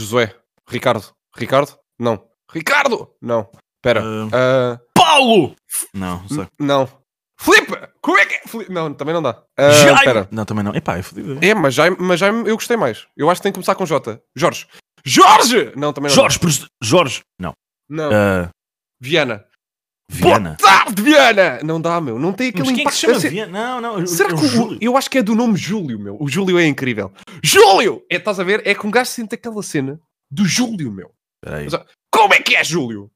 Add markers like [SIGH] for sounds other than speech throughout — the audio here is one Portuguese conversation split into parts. Josué. Ricardo. Ricardo? Não. Ricardo! Não. Espera. Ah. Ah, Paulo! Não, não sei. não. Filipe! Como é que é? Fili- Não, também não dá. Ah, Jaime! Espera. Não, também não. Epá, é fodido. É, mas Jaime, mas Jaime eu gostei mais. Eu acho que tem que começar com J. Jorge. Jorge! Não, também não. dá. Jorge, Presi- Jorge. Não. Não. Ah, Viana. Viana. Boa tarde, Viana! Não dá, meu. Não tem aquele Mas quem é que impacto. se chama Assim, Viana? Não, não. eu- Será eu que o juro. Eu acho que é do nome Júlio, meu. O Júlio é incrível. Júlio! É, estás a ver? É que um gajo sente aquela cena do Júlio, meu. Peraí. Mas- Como é que é, Júlio?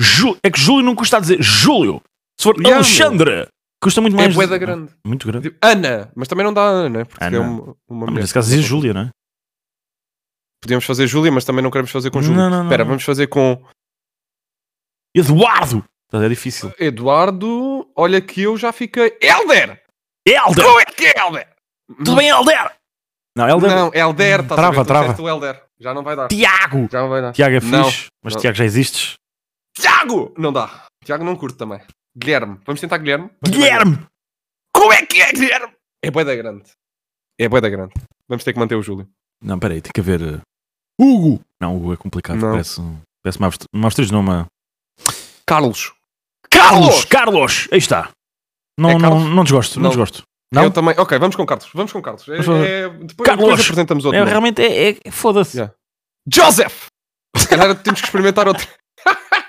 Ju- É que Júlio não custa a dizer Júlio. Se for Yeah, Alexandre, custa muito mais. Ah, é boeda grande. Muito grande. Tipo, Ana. Mas também não dá Ana, né? Porque Ana. é uma, uma Ah, mas mulher. nesse caso dizia Júlia, não é? Podíamos fazer Júlia, mas também não queremos fazer com Júlio. Não, não, não, Espera, não. vamos fazer com Eduardo. Portanto, É difícil. Eduardo. Olha que eu já fiquei. Helder! Helder! Como é que é, Helder? Tudo bem, Helder? Não, Helder. é Não, Helder. Estás Trava, a ver? Tu trava. disseste o Helder. Já não vai dar. Tiago. Já não vai dar. Tiago é Não. fixe, mas Não. Tiago já existes. Tiago! Não dá. Tiago não curto também. Guilherme. Vamos tentar Guilherme? Vamos tentar Guilherme. Como é que é, Guilherme? É boeda grande. É boeda grande. Vamos ter que manter o Júlio. Não, peraí, tem que haver. uh, Hugo! Não, Hugo é complicado. Não. Parece, um- parece uma, abst- uma atriz, não é uma. Carlos. Carlos! Carlos! Aí está. Não, É não, Carlos? não desgosto, não, Não. desgosto. Não? Eu também. Ok, vamos com Carlos. Vamos com Carlos. É- Vamos fazer. é- Depois, Carlos. depois apresentamos outro. É, nome. realmente é. é- Foda-se. Yeah. Joseph! Se calhar temos que experimentar outro.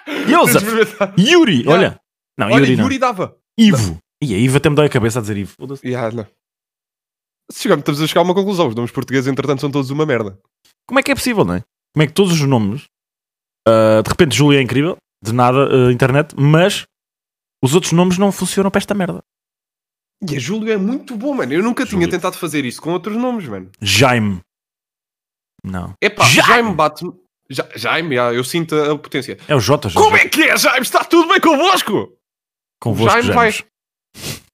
Temos que Joseph! experimentar. Yuri! Yeah. Olha! Não, Olha, Yuri não. Yuri dava. Ivo! E a Ivo até me dói a cabeça a dizer Ivo. Foda-se. Yeah, não. Se chegarmos, estamos a chegar a uma conclusão. Os nomes portugueses, entretanto, são todos uma merda. Como é que é possível, não é? Como é que todos os nomes. ah, de repente, Júlio é incrível, de nada, ah, internet, mas os outros nomes não funcionam para esta merda. E a Júlio é muito bom, mano. Eu nunca tinha Júlio. tentado fazer isso com outros nomes, mano. Jaime. Não. Epá, Jaime! Jaime bate-me. Ja- Jaime, yeah, eu sinto a potência. É o Jota, já. Como é que é, Jaime? Está tudo bem convosco? Convosco, Jaime vai- Jaimes.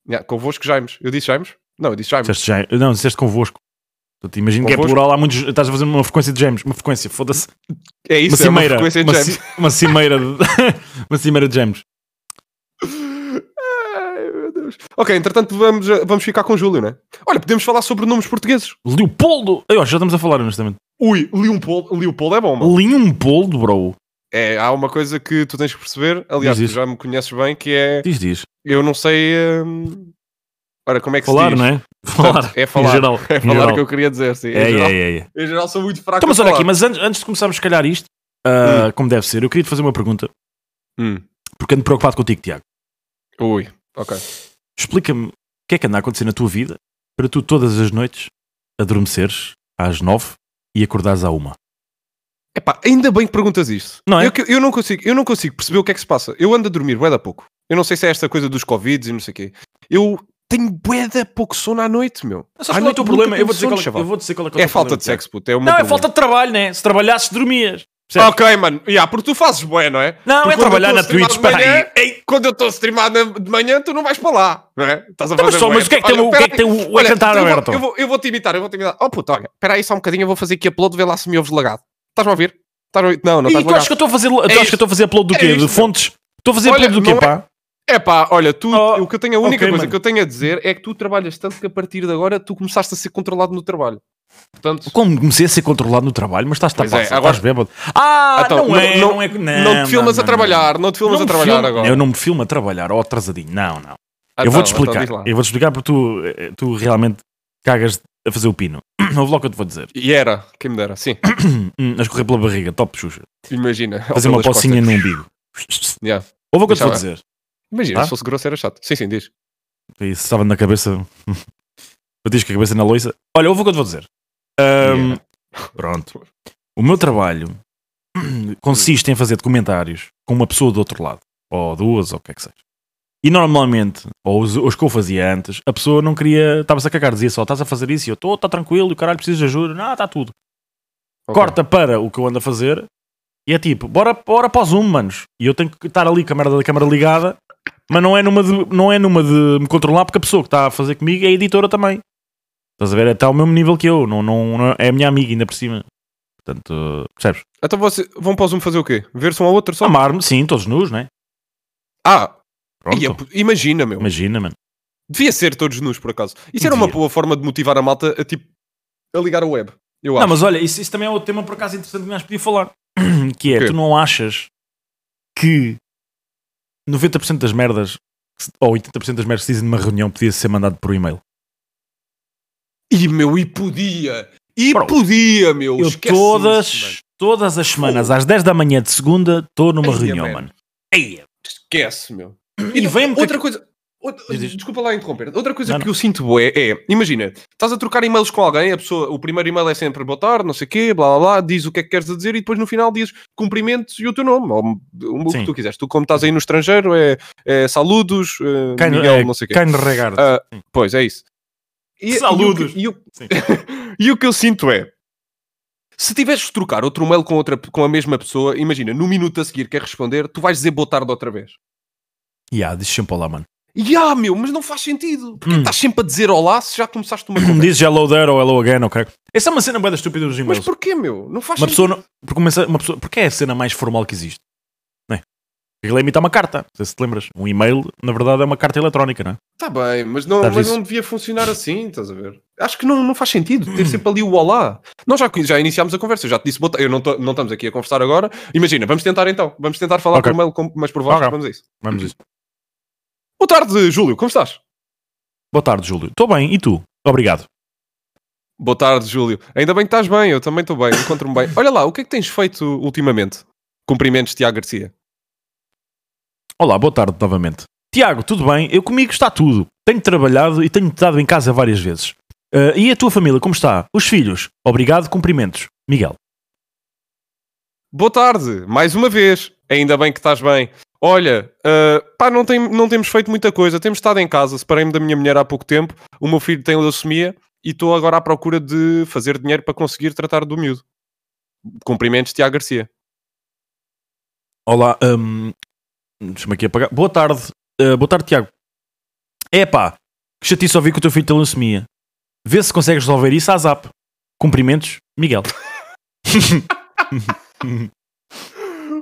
Yeah, convosco, Jaimes. Eu disse Jaimes? Não, eu disse Jaimes. Disseste Jaime- Não, disseste convosco. Portanto, imagino que é Convosco. plural, há muitos. Estás a fazer uma frequência de James, uma frequência, foda-se. É Uma isso, é uma cimeira. frequência de uma Jaimes. ci- uma cimeira de [LAUGHS] uma cimeira de James. [LAUGHS] Ai, meu Deus. Ok, entretanto vamos, eh, vamos ficar com o Júlio, né? Olha, podemos falar sobre nomes portugueses. Leopoldo! Ai, ó, já estamos a falar, honestamente. Ui, Leopoldo, Leopoldo é bom, mano. Leopoldo, bro. É, há uma coisa que tu tens que perceber, aliás, Diz tu isso. já me conheces bem, que é, Diz, diz. eu não sei... hum, Ora, como é que Falar, se diz? não é? Falar. é [LAUGHS] falar. Em geral. É em falar geral. o que eu queria dizer, sim. Em, É, geral, Tá é, é, é. em geral sou muito fraco Então, mas a olha aqui, falar. mas antes, antes de começarmos, se calhar, isto, ah, como deve ser, eu queria te fazer uma pergunta, Hum, porque ando preocupado contigo, Tiago. Ui, ok. Explica-me o que é que anda a acontecer na tua vida para tu todas as noites adormeceres às nove e acordares à uma. Epá, ainda bem que perguntas isso. Não é? Eu, que- eu não consigo, eu não consigo perceber o que é que se passa. Eu ando a dormir bué da pouco. Eu não sei se é esta coisa dos Covids e não sei o quê. Eu tenho bué da pouco sono à noite, meu. Sabes À qual é o noite teu nunca problema? Eu tenho vou, dizer sono, qual é, que- chaval. eu vou dizer qual é É que o teu falta problema, de Tiago. sexo, puto. É o meu Não, é problema. falta de trabalho, né? Se trabalhasses, dormias. Percebes? Ok, mano. Yeah, porque tu fazes bué, não é? Não, Porque é trabalhar quando na eu tô a Twitch, streamar espera de aí. Então, manhã, Quando eu estou streamado na- de manhã, tu não vais para lá, não é? Estás a Então, mas fazer só, bué. mas o que é que tem Olha, o- o que é que peraí. tem o o Olha, jantar eu vou- aberto? Eu vou, eu vou te imitar, eu vou te imitar. Oh puto, olha, espera aí só um bocadinho, eu vou fazer aqui upload, ver lá se me ouves lagado. Estás-me a ouvir? Estás-me a ouvir? Não, não E estás tu achas lagado. então, que eu estou a fazer, tu achas isto. que eu estou a fazer upload do É quê? isto, de meu. fontes? Estou a fazer Olha, upload do quê, não é- pá? É pá, olha, tu, Oh, o que eu tenho, a única ok, coisa mano. que eu tenho a dizer é que tu trabalhas tanto que a partir de agora tu começaste a ser controlado no trabalho. Portanto, Como comecei a ser controlado no trabalho, mas estás Pois tapado, é, estás agora- bêbado. Ah, Então, não, é, não- não é. não, te filmas não, a trabalhar, não, te filmas Não a me trabalhar filmo- agora. Eu não me filmo a trabalhar, ó atrasadinho. Não, não. Ah, eu vou-te então, então explicar. diz lá. eu vou-te explicar porque tu, eh, tu realmente cagas a fazer o pino. [CLEARS THROAT] Ouve logo o que eu te vou dizer. E era, quem me dera, sim, Hum, a escorrer pela barriga, top Xuxa. imagina. Ou Fazer uma Então, pelas pocinha no costas. umbigo. Yeah. Ouve o que eu te Deixa vou lá. dizer. Imagina, Tá? se fosse grosso era chato. Sim, sim, diz. E se estava na cabeça. [LAUGHS] Batias com a cabeça na loiça. Olha, ouve o que eu te vou dizer. Ahm, Yeah. Pronto. O meu trabalho [CLEARS THROAT] consiste em fazer documentários com uma pessoa do outro lado, ou duas, ou o que é que seja. E normalmente, ou os, os que eu fazia antes, a pessoa não queria, estava-se a cagar, dizia só: estás a fazer isso, e eu estou, está tranquilo, e o caralho precisa de ajuda, não, está tudo. Ok. Corta para o que eu ando a fazer, e é tipo: bora, bora para o Zoom, manos. E eu tenho que estar ali com a merda da câmara ligada, mas não é, numa de, não é numa de me controlar, porque a pessoa que está a fazer comigo é editora também. Estás a ver? Está ao mesmo nível que eu, não, não, não- é a minha amiga, ainda por cima. Portanto, percebes? Então vocês vão para o Zoom fazer o quê? Ver-se um ao outro só? Amar-me, sim, todos nus, né? Ah, Pronto. ia- imagina, meu. Imagina, mano. Devia ser todos nus, por acaso. Isso era uma Devia. boa forma de motivar a malta a, tipo, a ligar a web. Eu Não, acho. mas olha, isso, isso também é outro tema por acaso interessante que nós podíamos falar. [CLEARS THROAT] Que é, Quê? tu não achas que 90% das merdas que se- ou 80% das merdas que se dizem numa reunião podia ser mandado por e-mail? E meu, e podia! E Bro, podia, meu! Eu Esquece todas, isso, mano. todas as semanas, às 10 da manhã de segunda, estou numa Ai, reunião, merda. mano. Esquece, meu. E não- vem-me com outra coisa. outra- Diz, diz. Desculpa lá interromper. Outra coisa Não, que eu sinto bué é, imagina, estás a trocar e-mails com alguém, a pessoa, o primeiro e-mail é sempre boa tarde, não sei o quê, blá blá blá, diz o que é que queres a dizer e depois no final dizes cumprimentos e o teu nome, ou o Sim. que tu quiseres. Tu, como estás aí no estrangeiro, é, é saludos, eh, Quem, Miguel, é, não sei o quê. quem regarde. Ah, Pois, é isso. E, Saludos. E o, Sim. que- e o- [LAUGHS] e o que eu sinto é. Se tiveres de trocar outro mail com, outra, com a mesma pessoa, imagina, no minuto a seguir quer responder, tu vais dizer boa tarde outra vez. Yeah, diz sempre olá, mano. E ah, meu, mas não faz sentido. Porque Hum. estás sempre a dizer olá se já começaste uma conversa. Dizes Um hello there ou hello again, ok? Essa é uma cena bem estúpida dos mas e-mails. porquê, meu? Não faz sentido. Uma pessoa, não- porque uma, ce- uma pessoa, porque é a cena mais formal que existe. Não é? Aquilo é imitar uma carta, não sei se te lembras. Um e-mail, na verdade, é uma carta eletrónica, não é? Está Tá bem, mas, não, Sabes mas isso? não devia funcionar assim, estás a ver? Acho que não, não faz sentido ter sempre ali o olá. Nós já, já iniciámos a conversa, eu já te disse boa tarde. Eu não, tô- não estamos aqui a conversar agora. Imagina, vamos tentar então. Vamos tentar falar Ok. por mail, com- mas por voz, Ok. vamos a isso. Vamos a isso. Boa tarde, Júlio, como estás? Boa tarde, Júlio. Estou bem, e tu? Obrigado. Boa tarde, Júlio. Ainda bem que estás bem, eu também estou bem, encontro-me bem. Olha lá, o que é que tens feito ultimamente? Cumprimentos, Tiago Garcia. Olá, boa tarde novamente. Tiago, tudo bem? Eu comigo está tudo. Tenho trabalhado e tenho estado em casa várias vezes. Ah, e a tua família, como está? Os filhos? Obrigado, cumprimentos. Miguel. Boa tarde, mais uma vez. Ainda bem que estás bem. Olha, ah, pá, não, tem- não temos feito muita coisa. Temos estado em casa, separei-me da minha mulher há pouco tempo. O meu filho tem leucemia e estou agora à procura de fazer dinheiro para conseguir tratar do miúdo. Cumprimentos, Tiago Garcia. Olá, hum, deixa-me aqui apagar. Boa tarde, Ah, boa tarde, Tiago. Epá, que chatice ouvir que o teu filho tem leucemia. Vê se consegues resolver isso à zap. Cumprimentos, Miguel.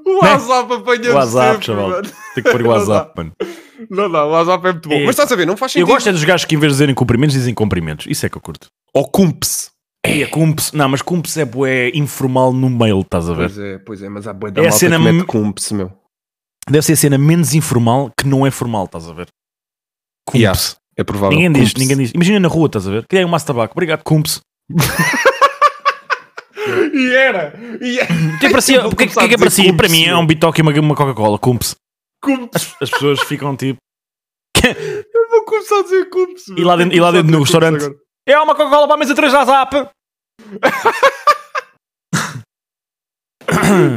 O WhatsApp apanha-me WhatsApp, sempre, Né? chaval. mano. Tem que pôr o [LAUGHS] WhatsApp, mano. Não dá, o WhatsApp é muito bom. É. Mas estás a ver, não faz Eu sentido. gosto é dos gajos que em vez de dizerem cumprimentos, dizem cumprimentos. Isso é que eu curto. Ou cumpse. É, cúmplice. Não, mas cúmplice é bué informal no mail, estás a ver? Pois é, pois é, mas há boia da É a malta cena que mete me- cúmplice, meu. Deve ser a cena menos informal que não é formal, estás a ver? Cúmplice. Yeah, É provável. Ninguém diz, cúmplice. ninguém diz. Imagina na rua, estás a ver? Criei um maço de tabaco. Obrigado, cúmplice. E era! E era. Que é para si- Eu vou o que, é- começar o que é que é a para dizer si? cúmplice, Para mim é meu. um bitoque e uma, uma Coca-Cola, cúmplice. Cúmplice. As pessoas ficam tipo. Eu vou começar a dizer cúmplice. meu. lá dentro- e lá Vou começar dentro no a dizer restaurante. cúmplice agora. É uma Coca-Cola para a mesa 3 da É Zap!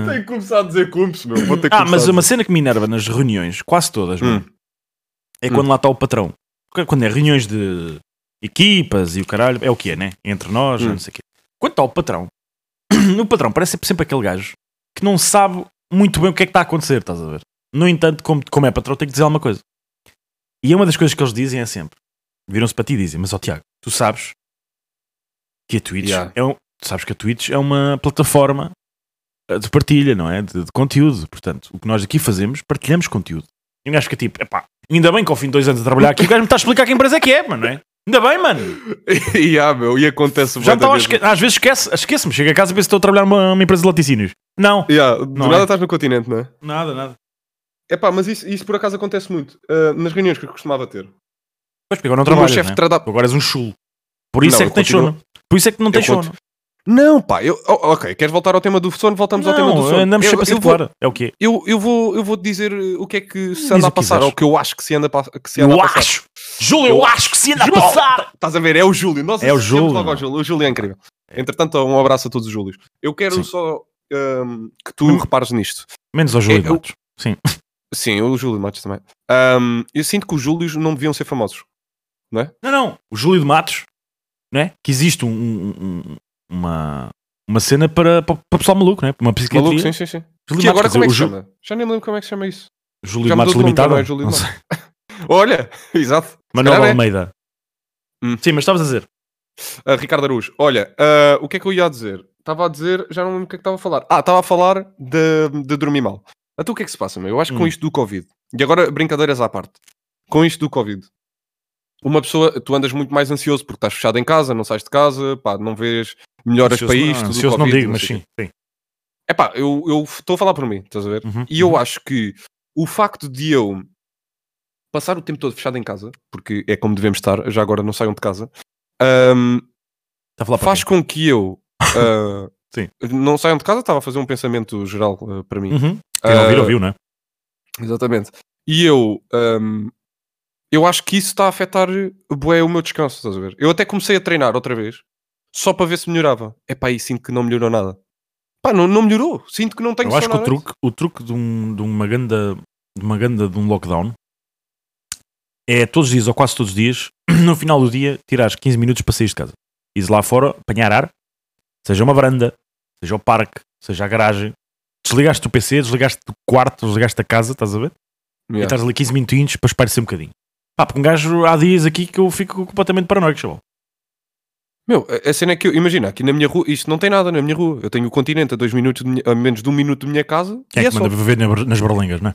Tenho que começar a dizer cúmplice, meu. Vou ter que ah, começar mas a uma cena que me enerva nas reuniões, quase todas, Hum. mano, é quando lá está o patrão. Porque Quando é reuniões de equipas e o caralho, é o que é, né? Entre nós, Hum. não sei o quê. Quando está o patrão, [CLEARS THROAT] o patrão parece sempre aquele gajo que não sabe muito bem o que é que está a acontecer, estás a ver? No entanto, como, como é patrão, tem que dizer alguma coisa. E é uma das coisas que eles dizem é sempre: viram-se para ti e dizem, mas ó Tiago, tu sabes que a Twitch Yeah. é um, tu sabes que a Twitch é uma plataforma eh, de partilha, não é? De, de conteúdo. Portanto, o que nós aqui fazemos, partilhamos conteúdo. E um gajo fica tipo, epá, ainda bem que ao fim de dois anos de trabalhar aqui, o gajo me está a explicar que empresa é que é, mano, não é? Ainda bem, mano. [LAUGHS] dizer. e há, meu. E acontece Já bué me da estava a vezes. esque- às vezes esquece, esqueço-me, chego a casa e penso que estou a trabalhar numa numa empresa de laticínios. Não, Yeah, do Não nada é? estás no continente, não é? nada, nada. É pá, mas isso, isso por acaso acontece muito. Ah, nas reuniões que eu costumava ter. Pois porque agora não o meu trabalhas, chefe né? tratava. Tu agora és um chulo. Por isso Não, é que eu tens continuo- sono. Por isso é que não tens Eu sono. Não, pá. Eu... oh, ok, queres voltar ao tema do sono? Voltamos ao tema do Não, sono. andamos Eu- sempre a eu vou- circular. É o quê? Eu, eu vou, eu vou te dizer eh, o que é que se Diz anda o a que passar, quiseres. ou o que eu acho que se anda, a pa- que se anda Eu a passar. acho! Júlio, eu Eu- acho que se anda a Júlio! passar! Estás a ver? É o Júlio. Nós É o associamos Júlio, logo ao não. Júlio. O Júlio é incrível. Entretanto, um abraço a todos os Júlios. Eu quero Sim. só ahm, que tu Hum. repares nisto. Menos ao Júlio Eu- Matos. Sim. Sim, o Júlio Matos também. Ahm, eu sinto que os Júlios não deviam ser famosos. Não, não. O Júlio de Matos, não é? Que existe um- um- um- uma, uma cena para, para, para pessoal maluco, não é? Para Uma psiquiatria. Maluco, sim, sim, sim. Júlio Que de Matos, agora quer como é que dizer, se o Jú- chama? Já nem me lembro como é que se chama isso. Júlio Já mudou de Matos de nome, Limitado? não é Júlio de Não sei. Olha, [LAUGHS] exato. Manuel calhar é. Almeida. Hum. Sim, mas estavas a dizer. Ah, Ricardo Araújo. Olha, ah, o que é que eu ia a dizer? Estava a dizer, já não lembro o que é que estava a falar. Ah, estava a falar de, de dormir mal. Então o que é que se passa, meu? Eu acho que Hum. com isto do Covid, e agora brincadeiras à parte, com isto do Covid, uma pessoa, tu andas muito mais ansioso porque estás fechado em casa, não sais de casa, pá, não vês melhoras Ansioso para não- isto. do ansioso Ah, não Covid, digo, mas sei o quê. sim. sim. É pá, eu eu estou a falar por mim, estás a ver? Uhum, E eu uhum. acho que o facto de eu passar o tempo todo fechado em casa, porque é como devemos estar, já agora não saiam de casa, ahm, Está Tá a falar para faz com que eu. ah, Sim. Não saiam de casa, estava a fazer um pensamento geral ah, para mim. mim. Uhum. Quem ouvir, Ah, ouviu, não é? Exatamente. E eu, hum, eu acho que isso está a afetar bué, o meu descanso, estás a ver? Eu até comecei a treinar outra vez, só para ver se melhorava. É pá, e sinto que não melhorou nada. Pá, não, não melhorou. Sinto que não tenho Eu acho que o sono à noite. truque, o truque de, um- de uma ganda, de uma ganda de um lockdown é todos os dias, ou quase todos os dias, [CLEARS THROAT] no final do dia, tirares 15 minutos para sair de casa. Ires lá fora, apanhar ar, seja uma varanda, seja o parque, seja a garagem. Desligaste o PC, desligaste o quarto, desligaste a casa, estás a ver? E Yeah. estás ali 15 minutinhos para espairecer um bocadinho. Pá, porque um gajo há dias aqui que eu fico completamente paranoico, chaval. Meu, a- a cena é que eu, imagina, aqui na minha rua, isto não tem nada na minha rua. Eu tenho o continente a dois minutos, de minha- a menos de um minuto da minha casa. Quem e é é que só. manda viver na- nas berlengas, não é?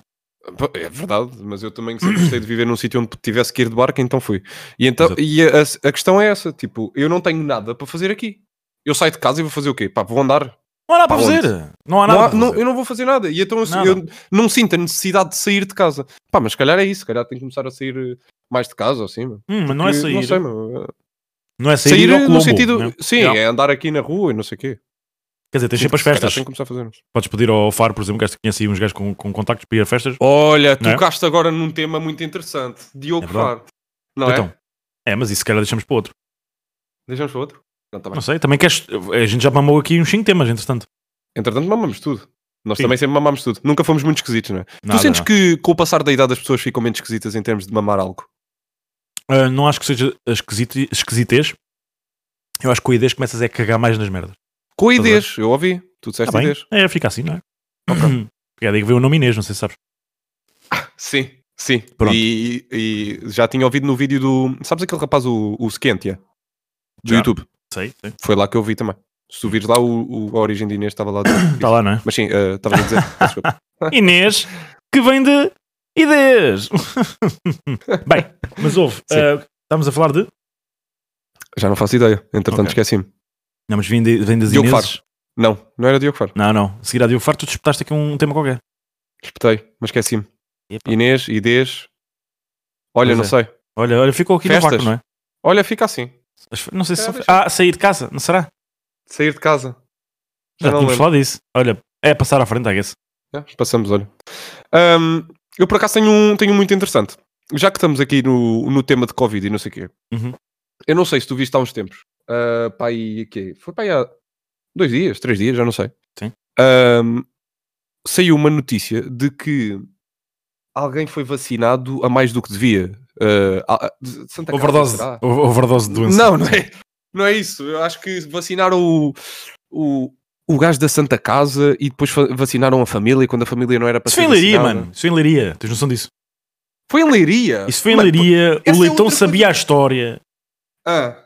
Pá, É verdade, mas eu também sempre gostei de viver num sítio onde tivesse que ir de barco, então fui. E, então, Exato. e a, a- a questão é essa: tipo, eu não tenho nada para fazer aqui. Eu saio de casa e vou fazer o quê? Pá, vou andar. Não há nada para Para onde? fazer. Não há Não nada. há- para não- fazer. eu não vou fazer nada. E então eu, Nada. eu não sinto a necessidade de sair de casa. Pá, mas se calhar é isso. Se calhar tenho que começar a sair eh, mais de casa ou assim. meu. Hum, mas não é Porque, sair. Não sei, meu. eh. não é sair, Sair ir ao no Colombo, sentido. não é? Sim, Yeah. é andar aqui na rua e não sei o quê. Quer dizer, tens Sinto sempre as que se calhar festas. Tenho que começar a fazer. isso. Podes pedir ao Faro, por exemplo, um gajo que conhece aí uns gajos com, com contactos para ir a festas. Olha, Não é? tocaste agora num tema muito interessante. Diogo É verdade. Faro. Não então, é? é? mas isso se calhar deixamos para outro. Deixamos para outro? Não, tá bem. Não sei, também queres. A gente já mamou aqui uns 5 temas, entretanto. Entretanto, mamamos tudo. Nós Sim. também sempre mamámos tudo. Nunca fomos muito esquisitos, não é? Nada, tu sentes não. que com o passar da idade as pessoas ficam menos esquisitas em termos de mamar algo? Ah, não acho que seja a esquisite, esquisitez. Eu acho que com a idez começas é a cagar mais nas merdas. Com a Estás a idez, eu ouvi. Tu Está disseste bem? idez. É, fica assim, não é? Obrigado, digo, veio o nome Inês, não sei se sabes. Sim, sim. Pronto. E, e- e já tinha ouvido no vídeo do. Sabes aquele rapaz, o, o Skentia? Do Já. YouTube. Sei, sei. Foi lá que eu vi também. Se tu vires lá, o, o- a origem de Inês estava lá. dentro. [COUGHS] Está lá, não [LAUGHS] é? Mas sim, eh, estava [LAUGHS] a dizer. peço desculpa. Inês, que vem de idez. [LAUGHS] Bem, mas houve. Sim. ah, estamos a falar de. já não faço ideia. Entretanto, Ok. esqueci-me. Não, mas vem, de, vem das Diogo Inês. Não, não era Diogo Faro. Não, não. A seguir a Diogo Faro, tu disputaste aqui um tema qualquer. Espetei, mas esqueci-me. Epá. Inês, idez. Olha, Pois não é. sei. Olha, olha, ficou aqui Festas? no vácuo, não é? Olha, fica assim. As fe- Não sei se. Calhar são fe- Ah, sair de casa, não será? Sair de casa. Já Já não tínhamos lembro. falado disso. Olha, é passar à frente, I guess. Já, passamos, olha. Ahm, eu por acaso tenho um, tenho um muito interessante. Já que estamos aqui no, no tema de Covid e não sei o quê. Uhum. Eu não sei se tu viste há uns tempos. Ah, pá, aí, quê? Foi para aí há dois dias, três dias, já não sei. Sim. Ahm, saiu uma notícia de que alguém foi vacinado a mais do que devia. Ah, a- a- de Santa Casa, Overdose, será? o- overdose de doença. Não, não é, não é isso. Eu acho que vacinaram o, o, o gajo da Santa Casa e depois fa- vacinaram a família quando a família não era para Isso foi ser em Leiria, vacinada. mano. Isso foi em Leiria. Tens noção disso? Foi em Leiria? Isso foi em Mano, Leiria. essa é o Leitão outra sabia a história. Ah,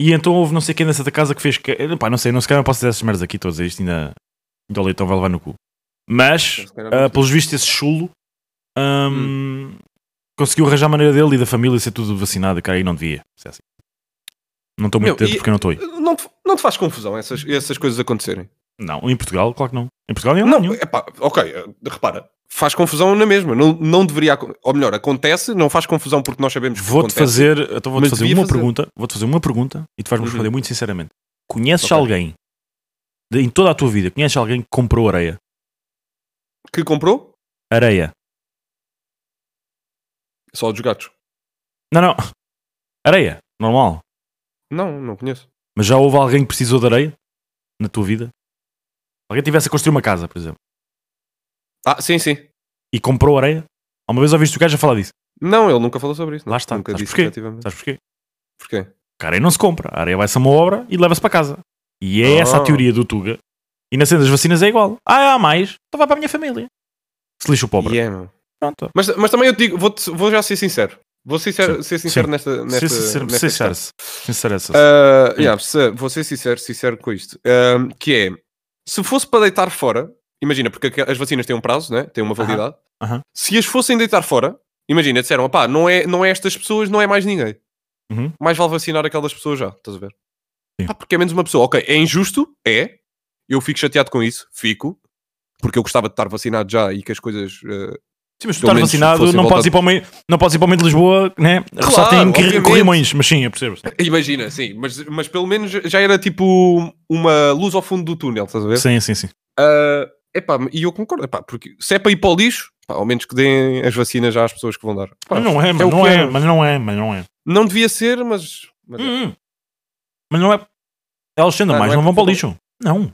E então houve não sei quem dessa da casa que fez. Que... eh, Pá, não sei, não se calhar não posso dizer essas merdas aqui todas. é Isto ainda. Ainda o Leitão vai levar no cu. Mas, Então, se calhar ah, não sei. pelos vistos, esse chulo. Hum. ahm, Conseguiu arranjar a maneira dele e da família ser tudo vacinado. Cara, aí não devia. Se é assim. Não estou muito Meu, dentro e- porque eu não estou aí. não, te, não te faz confusão essas, essas coisas acontecerem? Não, em Portugal, claro que não. Em Portugal não, Não, nenhum. epá, ok, eh, repara. Faz confusão na mesma. Não, não deveria... acon- Ou melhor, acontece, não faz confusão porque nós sabemos que Vou-te acontece. fazer, então vou-te Mas fazer devia uma fazer. pergunta, vou-te fazer uma pergunta e tu vais-me Uhum. responder muito sinceramente. Conheces Ok. alguém de- em toda a tua vida, conheces alguém que comprou areia? Que comprou? Areia. Só dos gatos. Não, não. Areia, normal. Não, não conheço. Mas já houve alguém que precisou de areia na tua vida? Alguém tivesse a construir uma casa, por exemplo, Ah, sim, sim. e comprou areia? Alguma vez ouviste o gajo a falar disso? Não, ele nunca falou sobre isso. não. Lá está. Nunca Sabes disse porquê? efetivamente. Sabes porquê? Porquê? Porque a areia não se compra. A areia vai-se a uma obra e leva-se para casa. E é essa a Ah. teoria do Tuga. E na cena das vacinas é igual. Ah, há mais. Então vai para a minha família. Se lixa o pobre. Yeah, meu. Pronto. Mas, mas também eu te digo, vou, vou já ser sincero. Vou sincero, ser sincero Sim. nesta. Sim, nesta, sincero, nesta sincero, questão. sincero, sincero. Ah, Sim. yeah, se- vou ser sincero, sincero com isto. Ah, que é, se fosse para deitar fora, imagina, porque aqua- as vacinas têm um prazo, né? têm uma Aham, validade. aham. Se as fossem deitar fora, imagina, disseram, pá, não é, não é estas pessoas, não é mais ninguém. Uhum. mais vale vacinar aquelas pessoas já, estás a ver? Sim. Pá, porque é menos uma pessoa. Ok, é injusto? É. Eu fico chateado com isso, fico. Porque eu gostava de estar vacinado já e que as coisas. eh, Sim, mas tu Pelo estás menos vacinado, fossem não podes, voltados- ir para o meio, não podes ir para o meio de Lisboa, né? Ressaltem que obviamente. corrimões, mas sim, eu percebo. sim. imagina, sim. Mas, mas pelo menos já era tipo uma luz ao fundo do túnel, estás a ver? Sim, sim, sim. Ah, epá, e eu concordo, epá, porque se é para ir para o lixo, pá, ao menos que deem as vacinas já às pessoas que vão dar. Pá, Mas não é, mas o não que é, mas não é, mas não é. Não devia ser, mas. mas é. Hum, hum. Mas não é. Elas ainda Ah, mais, não é não vão para o porque- lixo. Não. Não,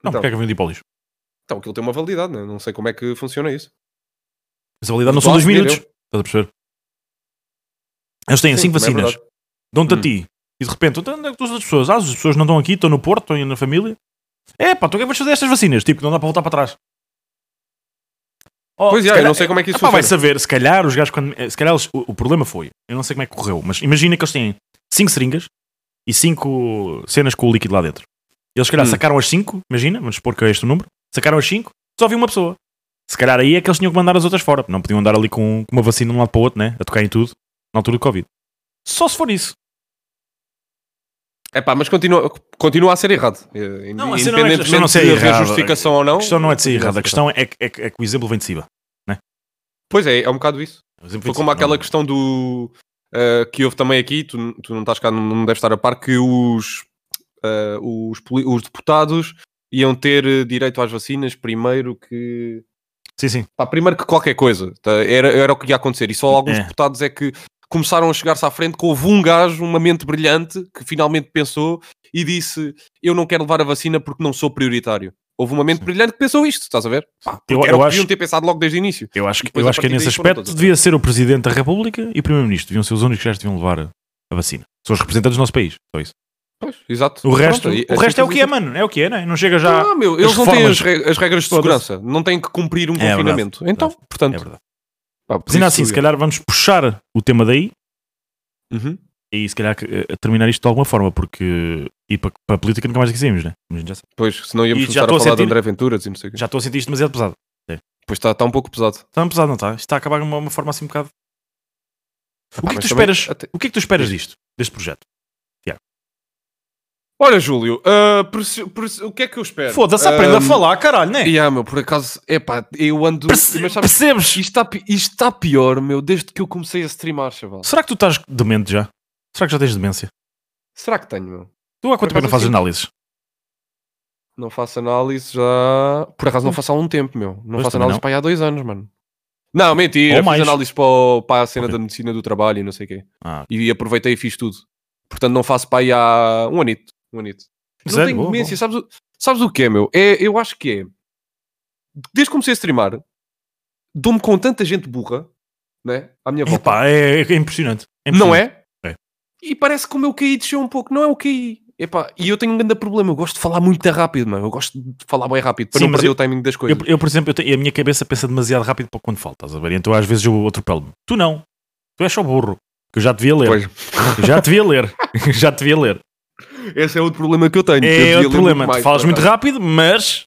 então, porque é que eu vendi para o lixo? então, aquilo tem uma validade, né? não sei como é que funciona isso. Mas a validade não Estou são a dois assumir, minutos. eu. Estás a perceber? Eles têm Sim, cinco também é vacinas. verdade. Dão-te Hum. a ti. E de repente, então, onde é que estão as outras pessoas? Ah, as pessoas não estão aqui, estão no Porto, estão aí na família. É pá, tu o que é que vais fazer estas vacinas? Tipo, não dá para voltar para trás. Oh, Pois se é, eu calhar- não sei como é que isso Ah, pá, vai funciona. saber, se calhar os gajos quando. eh, Se calhar eles- o, o problema foi, eu não sei como é que correu, mas imagina que eles têm 5 seringas e 5 cenas com o líquido lá dentro. Eles se calhar Hum. sacaram as 5, imagina, vamos supor que é este o número, sacaram as 5, só viu uma pessoa. Se calhar aí é que eles tinham que mandar as outras fora, não podiam andar ali com, com uma vacina de um lado para o outro, né? A tocar em tudo, na altura do Covid. Só se for isso. Epá, mas continua, continua a ser errado. Eh, Não, a cena não é- a Independentemente questão não ser de haver errado. justificação ou não. A questão não é de ser continua errada, a ser questão é que, é que- é que o exemplo vem de cima. Pois é, é um bocado isso. O exemplo vem Foi de como cima, aquela não- é? questão do. eh, que houve também aqui, tu, tu não estás cá, não, não deves estar a par, que os, eh, os, poli- os deputados iam ter eh, direito às vacinas primeiro que. Sim, sim. pá, primeiro que qualquer coisa. tá? Era, era o que ia acontecer. E só alguns É. deputados é que começaram a chegar-se à frente que houve um gajo, uma mente brilhante, que finalmente pensou e disse: Eu não quero levar a vacina porque não sou prioritário. Houve uma mente Sim. brilhante que pensou isto, estás a ver? Pá, Eu- porque eu era o que acho- deviam ter pensado logo desde o início. Eu acho que, depois, eu a acho que é partir nesse daí, foram aspecto todos. devia ser o Presidente da República e o Primeiro-Ministro. Deviam ser os únicos que já deviam levar a a vacina. São os representantes do nosso país. Só isso. Pois, exato. O resto, Pronto, e- o assim resto é o que é, fiz- mano. É o que é, né? Não chega já. Não, meu, as eles não têm reformas- as, reg- as regras de Foda-se. segurança, não têm que cumprir um É verdade, confinamento. então, portanto, É verdade. pá, por Mas ainda isso assim, se calhar vamos puxar o tema daí Uhum. e se calhar que- eh, terminar isto de alguma forma, porque. E para, para a política nunca mais dizemos, né? Mas já, sei. Pois, senão íamos E começar já a estou a falar de sentir- André Venturas e não sei o quê. já estou a sentir isto demasiado pesado. Pois está, está um pouco pesado. Está pesado, não está? Isto está a acabar de uma, uma forma assim um bocado. Pá, O que, é que Ah, mas tu também- esperas, até- o que é que tu esperas disto? Deste projeto? Olha, Júlio, ah, perce- perce- o que é que eu espero? Foda-se, aprenda Ah, a falar, caralho, né? Yeah, meu, por acaso, epá, eu ando. Perce- Mas sabes, Percebes? isto está, pi- isto está pior, meu, desde que eu comecei a streamar, chaval. Será que tu estás demente já? Será que já tens demência? Será que tenho, meu? Tu há quanto Por acaso tempo não fazes eu análises? Não faço análise já. Por acaso não faço há um tempo, meu. Não Hum. Pois, faço também análise não. para aí há dois anos, mano. Não, mentira. Ou mais. Fiz análise para, o- para a cena Ok. da medicina do trabalho e não sei o quê. Ah. E aproveitei e fiz tudo. Portanto, não faço para aí há um anito. Um anito. Não Sério? tenho Boa, demência. Sabes, o- sabes o que é, meu? É, eu acho que é. Desde que comecei a streamar, dou-me com tanta gente burra, né? À minha boa. volta. Epá, é, é impressionante. Não é? É. E parece que o meu QI desceu um pouco. Não é o QI. Epá, e eu tenho um grande problema. Eu gosto de falar muito rápido, mano. Eu gosto de falar bem rápido para Sim, não mas perder eu- o timing das coisas. Eu, eu, por exemplo, eu tenho- a minha cabeça pensa demasiado rápido para quando falo, estás a ver? Então às vezes eu atropelo-me. Tu não. Tu és só burro. Que eu já devia ler. Pois. Eu já devia ler. [LAUGHS] Eu já devia ler. Esse é outro problema que eu tenho. Eu É devia outro ler problema. mais, tu falas por muito acaso. rápido, mas.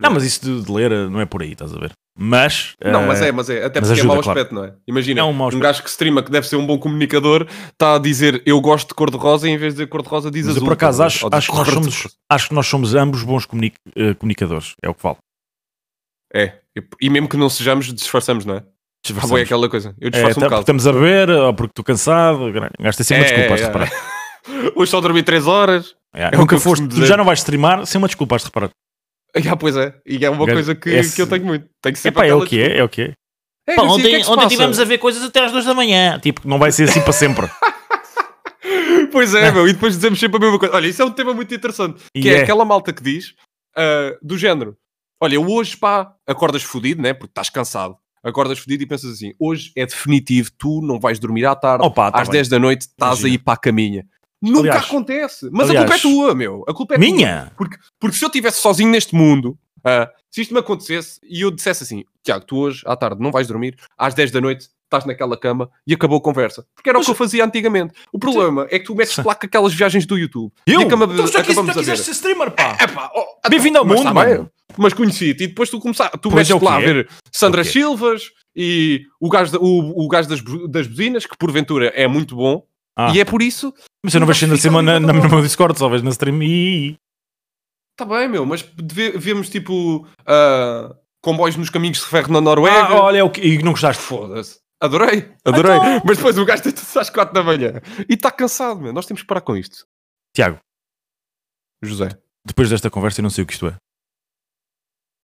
Não, mas isso de, de ler eh, não é por aí, estás a ver? Mas. Não, eh, mas é, mas é. Até mas porque é ajuda, mau claro. aspecto, não é? Imagina, É um mau um aspecto. gajo que streama, que deve ser um bom comunicador, está a dizer eu gosto de cor-de-rosa e em vez de dizer cor-de-rosa diz Mas eu, azul. por acaso, estás a ver? Ou acho, diz acho que nós cor-de-rosa. somos, acho que nós somos ambos bons comuni- eh, comunicadores. É o que falo. É. E mesmo que não sejamos, disfarçamos, não é? Ah, bom, é aquela coisa. Eu É, disfarço tá- um porque bocado. estamos a beber, ou porque estou cansado. caralho. Gasta sempre uma É, desculpa, é, has de é. reparar. Hoje só dormi 3 horas. [LAUGHS] É, É o que nunca eu foste, costumo tu dizer. já não vais streamar sem uma desculpa, has de reparar. [LAUGHS] Ah, pois é. E é uma Gajo, coisa que, esse- que eu tenho muito. Tenho que ser Epá, é o que é, é o que é. Pá, ontem é ontem tivemos a ver coisas até às duas da manhã. Tipo, não vai ser assim [LAUGHS] para sempre. Pois [LAUGHS] é, meu. E depois dizemos sempre a mesma coisa. Olha, isso é um tema muito interessante. E que é, é. aquela malta que diz ah, do género: Olha, eu hoje pá, acordas fodido, né? Porque estás cansado. Acordas fodido e pensas assim: hoje é definitivo, tu não vais dormir à tarde, Opa, tá às bem. 10 da noite estás Imagina. aí para a caminha. Nunca Aliás- acontece. Mas a aliás- culpa é tua, meu. A culpa é tua. Minha? Porque se eu estivesse sozinho neste mundo, ah, se isto me acontecesse e eu dissesse assim, Tiago, tu hoje à tarde não vais dormir, às 10 da noite estás naquela cama e acabou a conversa. Porque era o que eu fazia antigamente. O problema é que tu metes lá com aquelas viagens do YouTube. Então Eu? E acaba- Então já, quis, já acabamos a quiseste ver. ser streamer, pá. Epá, oh, ah, Bem-vindo ao mas mundo, tá bem, mano. Mas conheci-te e depois tu começaste, tu Pois metes é, o lá a quê? ver Sandra O quê? Silvas e o gajo, da- o, o gajo das, bu- das buzinas, que porventura é muito bom. Ah. E é por isso. Mas eu não vejo Nunca na fica semana ali na na, no bola. meu Discord, só vejo na stream. E Tá bem, meu, mas deve- devemos tipo ah, comboios nos caminhos de ferro na Noruega. ah, olha, o que- e não gostaste? Foda-se. Adorei, adorei. Então- Mas depois o gajo deita-se às 4 da manhã e tá está cansado, meu. Nós temos que parar com isto. Tiago, José. depois desta conversa, eu não sei o que isto é.